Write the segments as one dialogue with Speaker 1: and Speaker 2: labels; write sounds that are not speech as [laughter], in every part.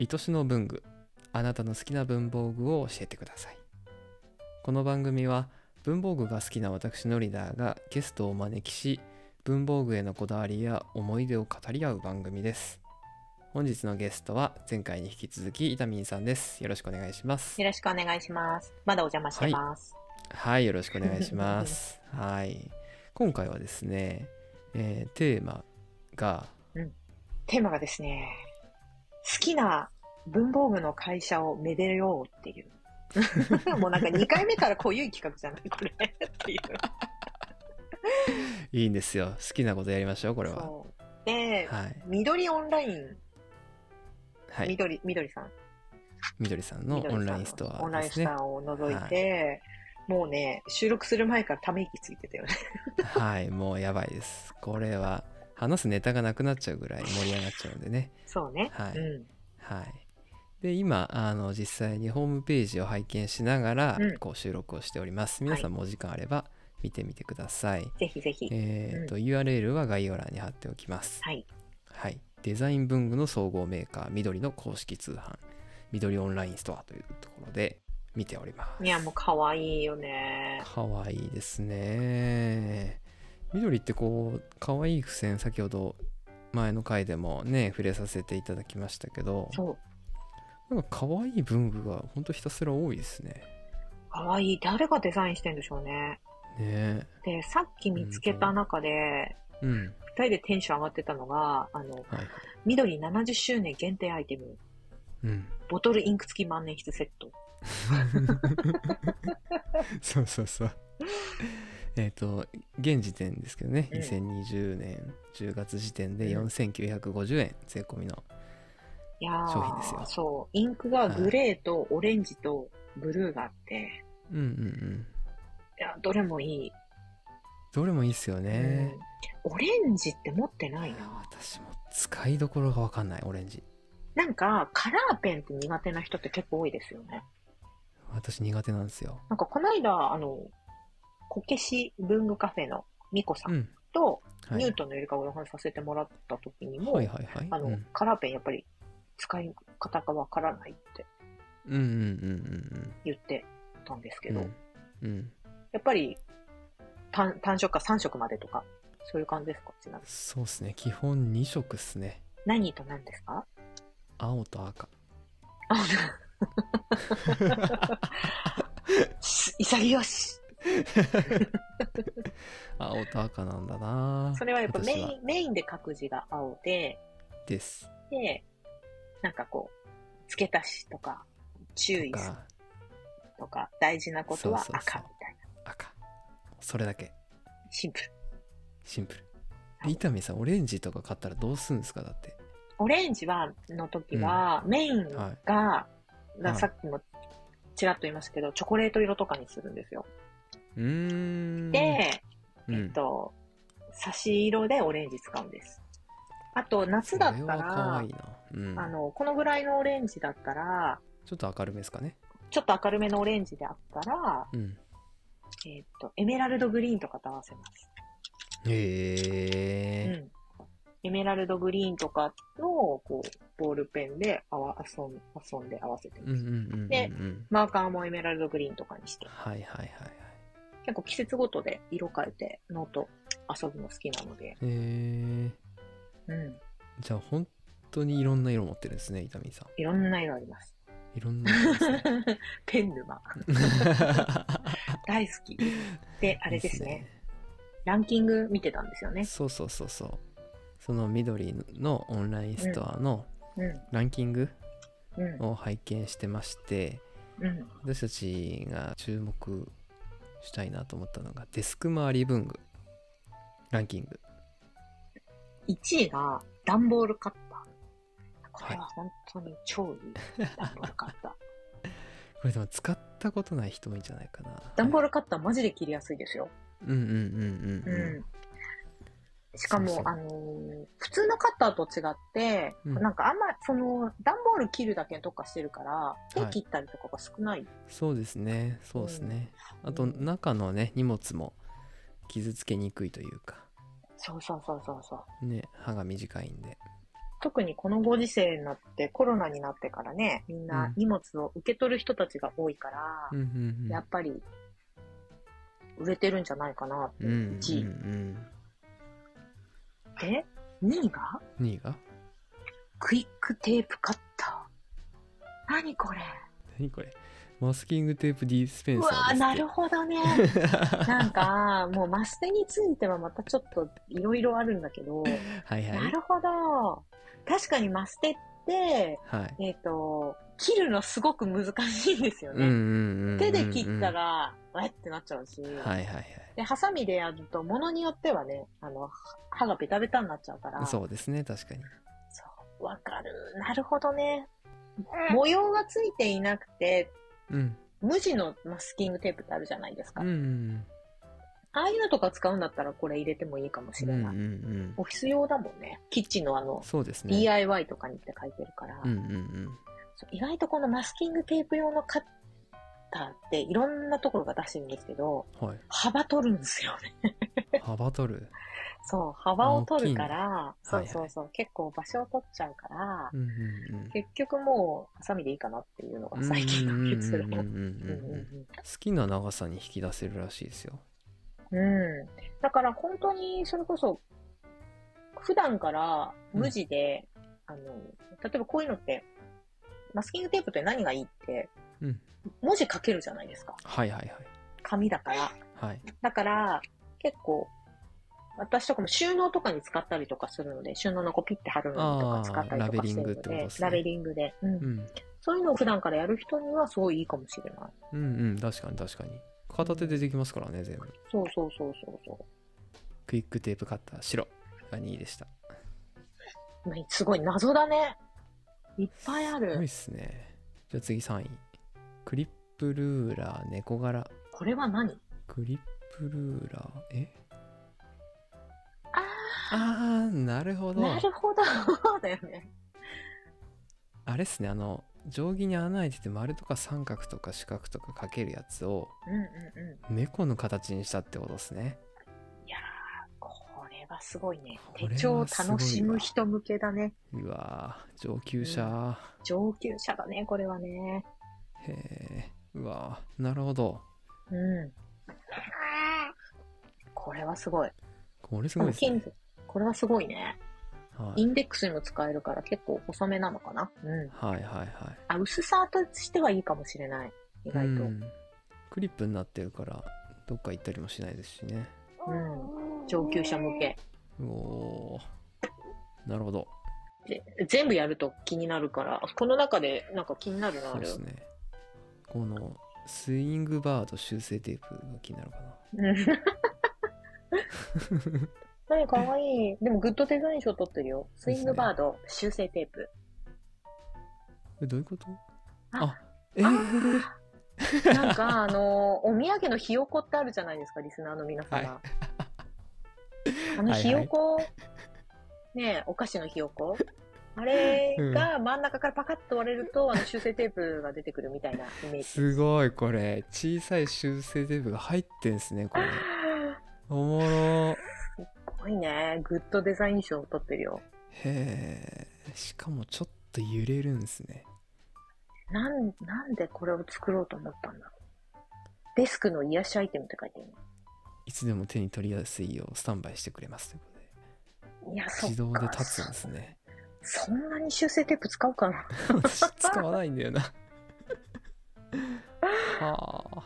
Speaker 1: 愛しの文具あなたの好きな文房具を教えてくださいこの番組は文房具が好きな私のリーダーがゲストをお招きし文房具へのこだわりや思い出を語り合う番組です本日のゲストは前回に引き続き伊丹さんですよろしくお願いします
Speaker 2: よろしくお願いします。まだお邪魔してます。
Speaker 1: はいよろしくお願いしますはい今回はですね、えーテーマが
Speaker 2: テーマがですね、好きな文房具の会社をめでようっていう。もうなんか2回目からこういう企画じゃないこれっていう。
Speaker 1: いいんですよ好きなことやりましょうこれは
Speaker 2: そうで、
Speaker 1: はい
Speaker 2: 緑オンライン、
Speaker 1: はい
Speaker 2: 緑、緑さん。
Speaker 1: みどりさんのオ
Speaker 2: 緑さん
Speaker 1: ンラインスト
Speaker 2: オン
Speaker 1: ア
Speaker 2: ライ
Speaker 1: で
Speaker 2: ン
Speaker 1: す
Speaker 2: ス
Speaker 1: ね
Speaker 2: トアを覗いて、もうね、収録する前からため息ついてたよね。
Speaker 1: はいもうやばいですこれは話すネタがなくなっちゃうぐらい盛り上がっちゃうんでね
Speaker 2: そうね。
Speaker 1: はい
Speaker 2: うん。
Speaker 1: はいで今あの実際にホームページを拝見しながら
Speaker 2: うん
Speaker 1: こう収録をしております、皆さんもお時間あれば見てみてください、
Speaker 2: ぜひぜひ。
Speaker 1: えっ、と、URL は概要欄に貼っておきます
Speaker 2: はい。
Speaker 1: はいデザイン文具の総合メーカー緑の公式通販緑オンラインストアというところで見ております
Speaker 2: いや、もう可愛いよね。
Speaker 1: 可愛いですね緑ってこう可愛い付箋先ほど前の回でもね触れさせていただきましたけど
Speaker 2: そう。
Speaker 1: なんか可愛い文具がほんとひたすら多いですね
Speaker 2: 可愛い。誰がデザインしてんでしょうね。
Speaker 1: ね
Speaker 2: でさっき見つけた中で、
Speaker 1: えうん
Speaker 2: 2人でテンション上がってたのがあの
Speaker 1: はい
Speaker 2: 緑70周年限定アイテム [laughs]
Speaker 1: うん
Speaker 2: ボトルインク付き万年筆セット
Speaker 1: そうそうそうえっと現時点ですけどね、
Speaker 2: うん
Speaker 1: 2020年10月時点で
Speaker 2: うん
Speaker 1: 4950円税込みの
Speaker 2: いやー
Speaker 1: 商品ですよ
Speaker 2: そうインクがグレーとオレンジとブルーがあって、い、
Speaker 1: うんうんうん
Speaker 2: やどれもいい、
Speaker 1: どれもいいっすよね、
Speaker 2: うんオレンジって持ってないな
Speaker 1: 私も使いどころがわかんないオレンジ
Speaker 2: なんかカラーペンって苦手な人って結構多いですよね
Speaker 1: 私苦手なんですよ
Speaker 2: なんかこの間あのこけし文具カフェのミコさ
Speaker 1: うんん
Speaker 2: と、
Speaker 1: はい
Speaker 2: ニュートンのゆりかごの話させてもらった時にも、
Speaker 1: はいはいはい。
Speaker 2: あの、
Speaker 1: うん
Speaker 2: カラーペンやっぱり使い方がわからないって
Speaker 1: うんうんうん
Speaker 2: 言ってたんですけ
Speaker 1: うんうん。
Speaker 2: ど、
Speaker 1: うんうん、
Speaker 2: やっぱり単単色か3色までとか、そういう感じですかちなみに。
Speaker 1: そうですね。基本2色っすね。
Speaker 2: 何と何です
Speaker 1: [laughs]
Speaker 2: か
Speaker 1: 青と赤。
Speaker 2: あの [laughs] し潔し
Speaker 1: 青と赤なんだな
Speaker 2: それはやっぱメ
Speaker 1: 私
Speaker 2: インメインで書く字が青で、
Speaker 1: です。
Speaker 2: で、なんかこう、付け足しとか、注意
Speaker 1: と
Speaker 2: する
Speaker 1: か
Speaker 2: とか、大事なことは
Speaker 1: そうそうそ
Speaker 2: 赤
Speaker 1: う
Speaker 2: みたいな。
Speaker 1: 赤。それだけ。
Speaker 2: シンプル。
Speaker 1: シンプル。
Speaker 2: はい
Speaker 1: 伊丹さん、オレンジとか買ったらどうすんですかだって。
Speaker 2: オレンジは、の時は、メイン
Speaker 1: は
Speaker 2: が、
Speaker 1: はい
Speaker 2: なさっきもちらっと言いましたけど、チョコレート色とかにするんですよ。
Speaker 1: い。うーん。
Speaker 2: で、
Speaker 1: うん、
Speaker 2: えっと、差し色でオレンジ使うんです。あと、夏だった
Speaker 1: それは可
Speaker 2: ら
Speaker 1: 愛い、な。うん。
Speaker 2: あの、このぐらいのオレンジだったら、
Speaker 1: ちょっと明るめですかね。
Speaker 2: ちょっと明るめのオレンジであったら、
Speaker 1: うん。
Speaker 2: えっと、エメラルドグリーンとかと合わせます。う
Speaker 1: へえ。
Speaker 2: ん。エメラルドグリーンとかの、こう、ボールペンであわ遊ん遊んで合わせて
Speaker 1: うん
Speaker 2: ま
Speaker 1: う
Speaker 2: す。
Speaker 1: んうんうん、うん。
Speaker 2: でマーカーもエメラルドグリーンとかにして。
Speaker 1: はいはいはいはい。
Speaker 2: 結構季節ごとで色変えてノート遊ぶの好きなので、
Speaker 1: へえ。
Speaker 2: うん、
Speaker 1: じゃあ本当にいろんな色持ってるんですね、伊丹さ
Speaker 2: いろんな色あり [laughs] ます。
Speaker 1: ん。いろんな色ですね。
Speaker 2: ペン沼、大好き。で、 [laughs] [laughs] あれですね、ランキング見てたんですよ
Speaker 1: いいっすねそ
Speaker 2: ね。
Speaker 1: うそうそうそう。その緑のオンラインストアのランキング
Speaker 2: うん、う
Speaker 1: を拝見してまして、
Speaker 2: ん、うん。
Speaker 1: 私たちが注目したいなと思ったのがデスク周り文具ランキング。
Speaker 2: 1位が段ボールカッター。これは本当に超いい。段ボールカッ [laughs] ター。
Speaker 1: これでも使ったことない人もいいんじゃないかな。
Speaker 2: 段ボー
Speaker 1: ル
Speaker 2: ルカッターマジで切りやすいですよ。
Speaker 1: うんうんうんうん
Speaker 2: う。
Speaker 1: うん
Speaker 2: しかも、
Speaker 1: そうそう
Speaker 2: あのー普通のカッターと違って、
Speaker 1: うん
Speaker 2: なんかあんま、その、段ボール切るだけに特化してるから、手
Speaker 1: はい
Speaker 2: 切ったりとかが少ない。
Speaker 1: ん。そうですね。そうですね。
Speaker 2: うん
Speaker 1: あと中のね、荷物も傷つけにくいというか。
Speaker 2: そうそうそうそうそう。
Speaker 1: ね歯が短いんで
Speaker 2: 特にこのご時世になってコロナになってからね、みん
Speaker 1: う
Speaker 2: なん荷物を受け取る人たちが多いから、
Speaker 1: うんうんうん
Speaker 2: やっぱり売れてるんじゃないかなって。
Speaker 1: うん
Speaker 2: 1位。で、2位が
Speaker 1: うん、2位が
Speaker 2: クイックテープカッター。何これ
Speaker 1: 何これマスキングテープディスペン
Speaker 2: う
Speaker 1: サ
Speaker 2: わ
Speaker 1: ー
Speaker 2: ー
Speaker 1: です
Speaker 2: なるほどね。
Speaker 1: [laughs] って
Speaker 2: なんか、もうマステについてはまたちょっといろいろあるんだけど、
Speaker 1: はいはい
Speaker 2: なるほど。確かにマステって、
Speaker 1: はい
Speaker 2: えっ、と、切るのすごく難しいんですよ
Speaker 1: うんうん
Speaker 2: ね。
Speaker 1: うんうん
Speaker 2: 手で切ったら、わってなっちゃうし、
Speaker 1: はいはいはい
Speaker 2: で、ハサミでやると、ものによってはね、あの、は歯がベタベタになっちゃうから、
Speaker 1: そうですね確かに
Speaker 2: そうわかる。なるほどね。模様がついていなくて、
Speaker 1: うん
Speaker 2: 無地のマスキングテープってあるじゃないですか。
Speaker 1: うんうん
Speaker 2: ああいうのとか使うんだったらこれ入れてもいいかもし
Speaker 1: うんう
Speaker 2: れ
Speaker 1: ん
Speaker 2: ない。
Speaker 1: うん
Speaker 2: オフィス用だもんね。キッチンのあの、
Speaker 1: そうですね
Speaker 2: DIY とかにって書いてるから、
Speaker 1: うんうんうん
Speaker 2: そう意外とこのマスキングテープ用のカッターっていろんなところが出してるんですけど、
Speaker 1: はい
Speaker 2: [laughs] 幅取るんですよね。 [laughs]
Speaker 1: 幅取る
Speaker 2: そう、幅を取るから、そ
Speaker 1: 大きいんだ
Speaker 2: うそうそう、結構場所を取っちゃうから、
Speaker 1: うんうん
Speaker 2: 結局もう、ハサミでいいかなっていうの
Speaker 1: う
Speaker 2: が
Speaker 1: ん
Speaker 2: 最近の結
Speaker 1: うん
Speaker 2: 論。
Speaker 1: うんうん
Speaker 2: うん
Speaker 1: うんうんうん
Speaker 2: うん
Speaker 1: 好きな長さに引き出せるらしいですよ
Speaker 2: うん。だから本当に、それこそ、普段から無地で、あの、例えばこういうのって、マスキングテープって何がいいって、
Speaker 1: うん
Speaker 2: 文字書けるじゃないですか。
Speaker 1: はいはい
Speaker 2: 紙だから。
Speaker 1: はいはい
Speaker 2: だから、結構、私とかも収納とかに使ったりとかするので、収納のこうピッて貼るのにとか使ったりとかして
Speaker 1: あーラベリン
Speaker 2: るの
Speaker 1: グってこと
Speaker 2: で
Speaker 1: で、すね
Speaker 2: ラベリングで。うん
Speaker 1: うん
Speaker 2: そういうのを普段からやる人にはすごいいいかもしれない。
Speaker 1: うんうん確かに確かに片手でできますからね全部
Speaker 2: そうそうそうそうそ
Speaker 1: クイックテープカッター白が2位でした
Speaker 2: う。まあすごい謎だね。いっぱいあ
Speaker 1: すごいっ
Speaker 2: る。
Speaker 1: すねじゃあ次3位クリップルーラー猫柄
Speaker 2: これは何
Speaker 1: クリップルーラーえ
Speaker 2: あ
Speaker 1: あーなるほど
Speaker 2: なるほど。 [laughs] そうだよね。
Speaker 1: あれっすねあの定規に穴開いてて丸とか三角とか四角とかかけるやつを
Speaker 2: うんうんうん。
Speaker 1: 猫の形にしたってことですね
Speaker 2: いやー、これはすごいね。
Speaker 1: これ
Speaker 2: 手
Speaker 1: はすごいわ
Speaker 2: 帳を楽しむ人向けだね。
Speaker 1: うわー上級者、
Speaker 2: 上級者だね、これはね。
Speaker 1: へえうわーなるほど
Speaker 2: うん。これはすごい。
Speaker 1: これす
Speaker 2: こ
Speaker 1: ごい
Speaker 2: の
Speaker 1: ですね、
Speaker 2: Kindle これはすごいね。
Speaker 1: はい
Speaker 2: イ、ンデックスにも使えるから結構細めなのかな。うん。
Speaker 1: はいはいはい
Speaker 2: あ、薄さとしてはいいかもしれない。意外と。
Speaker 1: うんクリップになってるからどっか行ったりもしないですしね
Speaker 2: うん。上級者向け。
Speaker 1: おーなるほど
Speaker 2: で全部やると気になるから、この中でなんか気になるの
Speaker 1: そ
Speaker 2: あ
Speaker 1: うで
Speaker 2: る。
Speaker 1: すねこのスイングバード修正テープが気になるかな
Speaker 2: うん [laughs] 何かわいい。でもグッドデザイン賞取ってるよ。スイングバード、修正テープ。
Speaker 1: えどういうことあ
Speaker 2: あ
Speaker 1: えー、
Speaker 2: なんか、あのお土産のひよこってあるじゃないですか、リスナーの皆様。
Speaker 1: は
Speaker 2: あ
Speaker 1: はい
Speaker 2: の
Speaker 1: はい
Speaker 2: ひよこ、ねえお菓子のひよこ。あれが真ん中からパカッと割れると、あの修正テープが出てくるみたいなイメージ。
Speaker 1: すごいこれ小さい修正テープが入ってんすねこれおもろ
Speaker 2: すごいね。グッドデザイン賞取ってるよ。
Speaker 1: へえしかもちょっと揺れるんすね
Speaker 2: なん、なんでこれを作ろうと思ったんだろう。デスクの癒しアイテムって書いてるね
Speaker 1: いつでも手に取りやすいようスタンバイしてくれますということで
Speaker 2: いや、そっか
Speaker 1: 自動で立つんです
Speaker 2: [laughs]
Speaker 1: ね
Speaker 2: そそんなに修正テープ使うかな。 [laughs]
Speaker 1: 私使わないんだよなはあ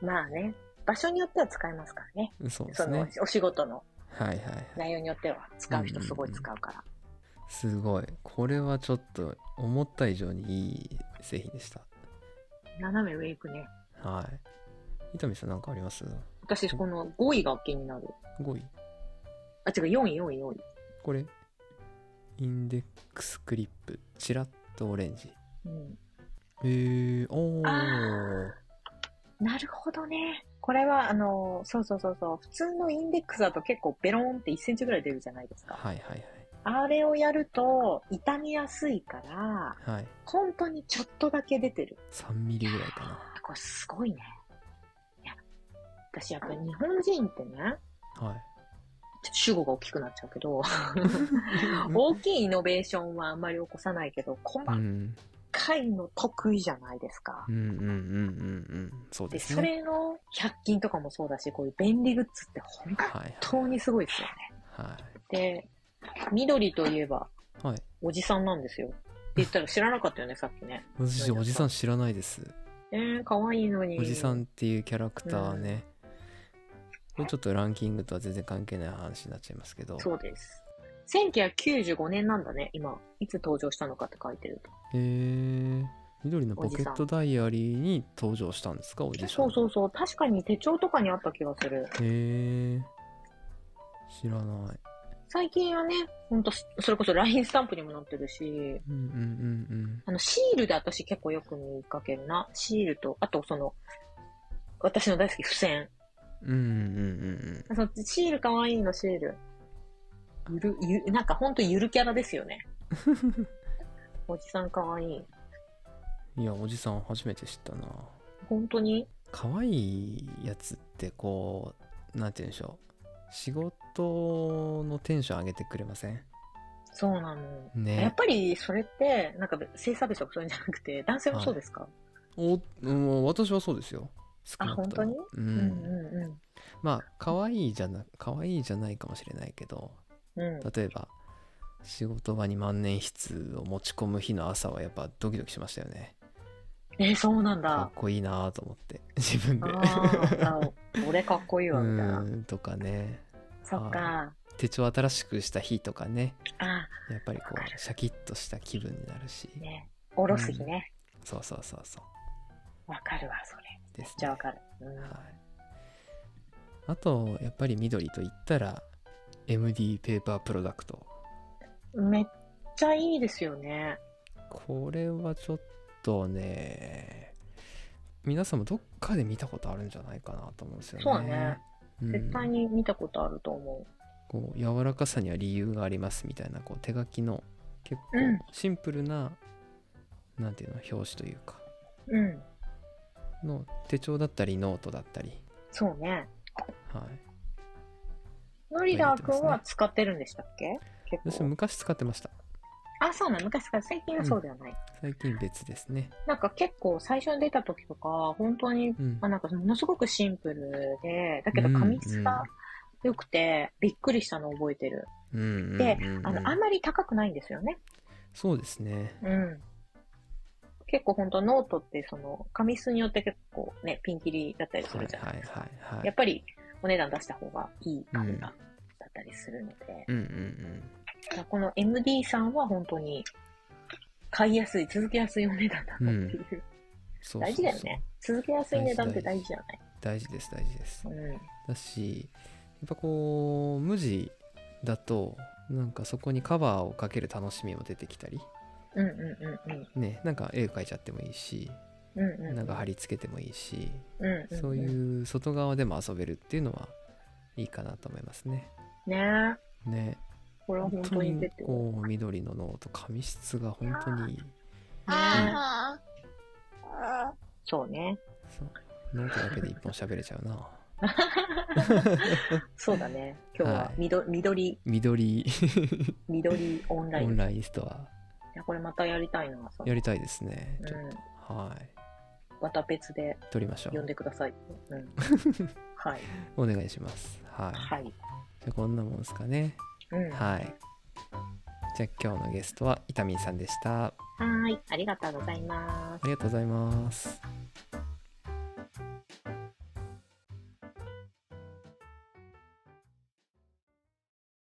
Speaker 2: まあね、場所によっては使えますからね。
Speaker 1: そうで
Speaker 2: そ
Speaker 1: す
Speaker 2: の
Speaker 1: ね
Speaker 2: お仕事の
Speaker 1: はいはいはい
Speaker 2: 内容によっては使う人すごい使うから。
Speaker 1: すごいこれはちょっと思った以上にいい製品でした
Speaker 2: 斜め上行くね。
Speaker 1: はい伊丹さん何かあります
Speaker 2: 私、この5位が気になる。
Speaker 1: 5位
Speaker 2: あ、違う、4位、4位、4位。
Speaker 1: これインデックスクリップチラッとオレンジ
Speaker 2: うん、
Speaker 1: えー、おー
Speaker 2: あなるほどね。これは、あの、そうそうそうそう、普通のインデックスだと結構ベロンって1センチぐらい出るじゃないですか。
Speaker 1: はいはい
Speaker 2: あれをやると、傷みやすいから、
Speaker 1: はいはい
Speaker 2: 本当にちょっとだけ出てる。
Speaker 1: 3ミリぐらいかな
Speaker 2: あこれすごいね。いや、私やっぱり日本人ってね、
Speaker 1: はい
Speaker 2: ちょっと主語が大きくなっちゃうけど、大きいイノベーションはあんまり起こさないけど、細
Speaker 1: うん
Speaker 2: かいの得意じゃないですか。
Speaker 1: うんうんうんうんうんそう
Speaker 2: で、
Speaker 1: です
Speaker 2: そ
Speaker 1: ね
Speaker 2: れの100均とかもそうだし、こういう便利グッズって本
Speaker 1: はい
Speaker 2: 当にすごいですよね。
Speaker 1: は
Speaker 2: で、緑といえば、
Speaker 1: いはい
Speaker 2: おじさんなんですよ。って言ったら知らなかったよね、さっきね。
Speaker 1: 私おじさん知らないです
Speaker 2: えー、可愛いのに。
Speaker 1: おじさんっていうキャラクターはね、これちょっとランキングとは全然関係ない話になっちゃいますけど
Speaker 2: そうです。1995年なんだね、今。いつ登場したのかって書いてると。
Speaker 1: へえ緑のポケットダイアリーに登場したんですかオーディショ
Speaker 2: そ
Speaker 1: ン
Speaker 2: うそうそう。確かに手帳とかにあった気がする。
Speaker 1: へえ知らない
Speaker 2: 最近はね、ほんと、それこそ LINE スタンプにもなってるし、
Speaker 1: うんうん
Speaker 2: あの、シールで私結構よく見かけるな。シールと、あとその、私の大好き付箋。
Speaker 1: うんうんうんうんうん
Speaker 2: そのシールかわいいの、シール。ゆる、ゆ、なんかほんとゆるキャラです
Speaker 1: [laughs]
Speaker 2: よね。おじさんかわいい。
Speaker 1: うんいやおじさん初めて知ったな
Speaker 2: 本当に
Speaker 1: 可愛いやつってこうなんて言うんでしょう仕事のテンション上げてくれません
Speaker 2: そうなの。や
Speaker 1: ね
Speaker 2: っぱりそれって、なんか性差別とかそういうんじゃなくて、男性もそうですか、
Speaker 1: お、うん、私はそうですよ少なくとも
Speaker 2: あ本
Speaker 1: う、
Speaker 2: うんんう
Speaker 1: まあ可愛いじゃな可愛いじゃないかもしれないけど
Speaker 2: んうん。うん。
Speaker 1: 例えば仕事場に万年筆を持ち込む日の朝はやっぱドキドキしましたよね
Speaker 2: えーそうなん
Speaker 1: か
Speaker 2: だ
Speaker 1: っ。こいいなと思って [laughs] 自分
Speaker 2: あ
Speaker 1: で
Speaker 2: ーあ、俺かっこいい
Speaker 1: [laughs]
Speaker 2: うわ、みたいな。
Speaker 1: んとかね
Speaker 2: そっか。
Speaker 1: 手帳新しくした日とかね
Speaker 2: あ
Speaker 1: やっぱりこ
Speaker 2: わか
Speaker 1: うシャキッとした気分になるし
Speaker 2: ーね。おろす日ね。
Speaker 1: そうそうそうそう
Speaker 2: わ、かるわ、それ。
Speaker 1: です、ね、
Speaker 2: じゃあわかる。うん
Speaker 1: はい、あとやっぱり緑と言ったら MD ペーパープロダクト
Speaker 2: めっちゃいいですよね。
Speaker 1: これはちょっとね皆さんもどっかで見たことあるんじゃないかなと思うんですよね。
Speaker 2: そうだね
Speaker 1: うん
Speaker 2: 絶対に見たことあると思
Speaker 1: こう柔らかさには理由がありますみたいなこう手書きの結構
Speaker 2: うん
Speaker 1: シンプルな、なんていうの表紙というか
Speaker 2: う。うん。
Speaker 1: の手帳だったりノートだったり、
Speaker 2: そうね。
Speaker 1: はい、
Speaker 2: ノリダー君は使ってるんでしたっけ結
Speaker 1: 私
Speaker 2: 構。
Speaker 1: 昔使ってました
Speaker 2: あ、そうなの。昔から最近はそうではない。
Speaker 1: 最近別ですね
Speaker 2: なんか結構最初に出た時とか、本当に、
Speaker 1: うん
Speaker 2: まあ、なんかものすごくシンプルで、だけど紙質が良くて、びっくりしたのを覚えてる。
Speaker 1: うんうん
Speaker 2: で
Speaker 1: うんうん
Speaker 2: あの、あんまり高くないんですよね。
Speaker 1: そうですね
Speaker 2: うん。結構本当ノートってその紙質によって結構ね、ピンキリだったりす
Speaker 1: はい
Speaker 2: るじゃな
Speaker 1: はいい
Speaker 2: ですか。
Speaker 1: はいはい
Speaker 2: やっぱりお値段出した方がいい紙が、だったりするので、
Speaker 1: うんうんうん
Speaker 2: だからこの MD さんは本当に買いやすい、続けやすいお値段だなっていう。
Speaker 1: そうそうそう
Speaker 2: 大事だよね。続けやすい値段って大事じゃない。
Speaker 1: 大事です大事です
Speaker 2: うん。
Speaker 1: だしやっぱこう無地だとなんかそこにカバーをかける楽しみも出てきたり
Speaker 2: うんうんうんうん。
Speaker 1: ねなんか絵描いちゃってもいいし
Speaker 2: うんうん、
Speaker 1: なんか貼り付けてもいいし
Speaker 2: うんうんうん、
Speaker 1: そう
Speaker 2: う
Speaker 1: いう外側でも遊べるっていうのはいいかなと思いますね
Speaker 2: ねえ
Speaker 1: ね
Speaker 2: これは本当に出てる
Speaker 1: こう緑のノート紙質が本当にいい
Speaker 3: ああ。
Speaker 2: そうね
Speaker 1: そうノートだけで一本喋れちゃうな
Speaker 2: そうだね今日は
Speaker 1: はい
Speaker 2: みど、緑
Speaker 1: 緑
Speaker 2: 緑オンライ
Speaker 1: オ
Speaker 2: ン
Speaker 1: ンラインストア
Speaker 2: いやこれまたやりたいなその
Speaker 1: やりたいですね
Speaker 2: う
Speaker 1: ちょっ
Speaker 2: ん
Speaker 1: とはい
Speaker 2: また別で
Speaker 1: 撮りましょ
Speaker 2: 呼ん
Speaker 1: う
Speaker 2: でください、うん、
Speaker 1: [laughs]
Speaker 2: はい
Speaker 1: お願いしますはい、
Speaker 2: はい、
Speaker 1: じゃあこんなもんですかね
Speaker 2: うん、は
Speaker 1: はいじゃあ今日のゲストは伊丹さんでしたあ
Speaker 2: ーいありがとうございます
Speaker 1: りがとうございます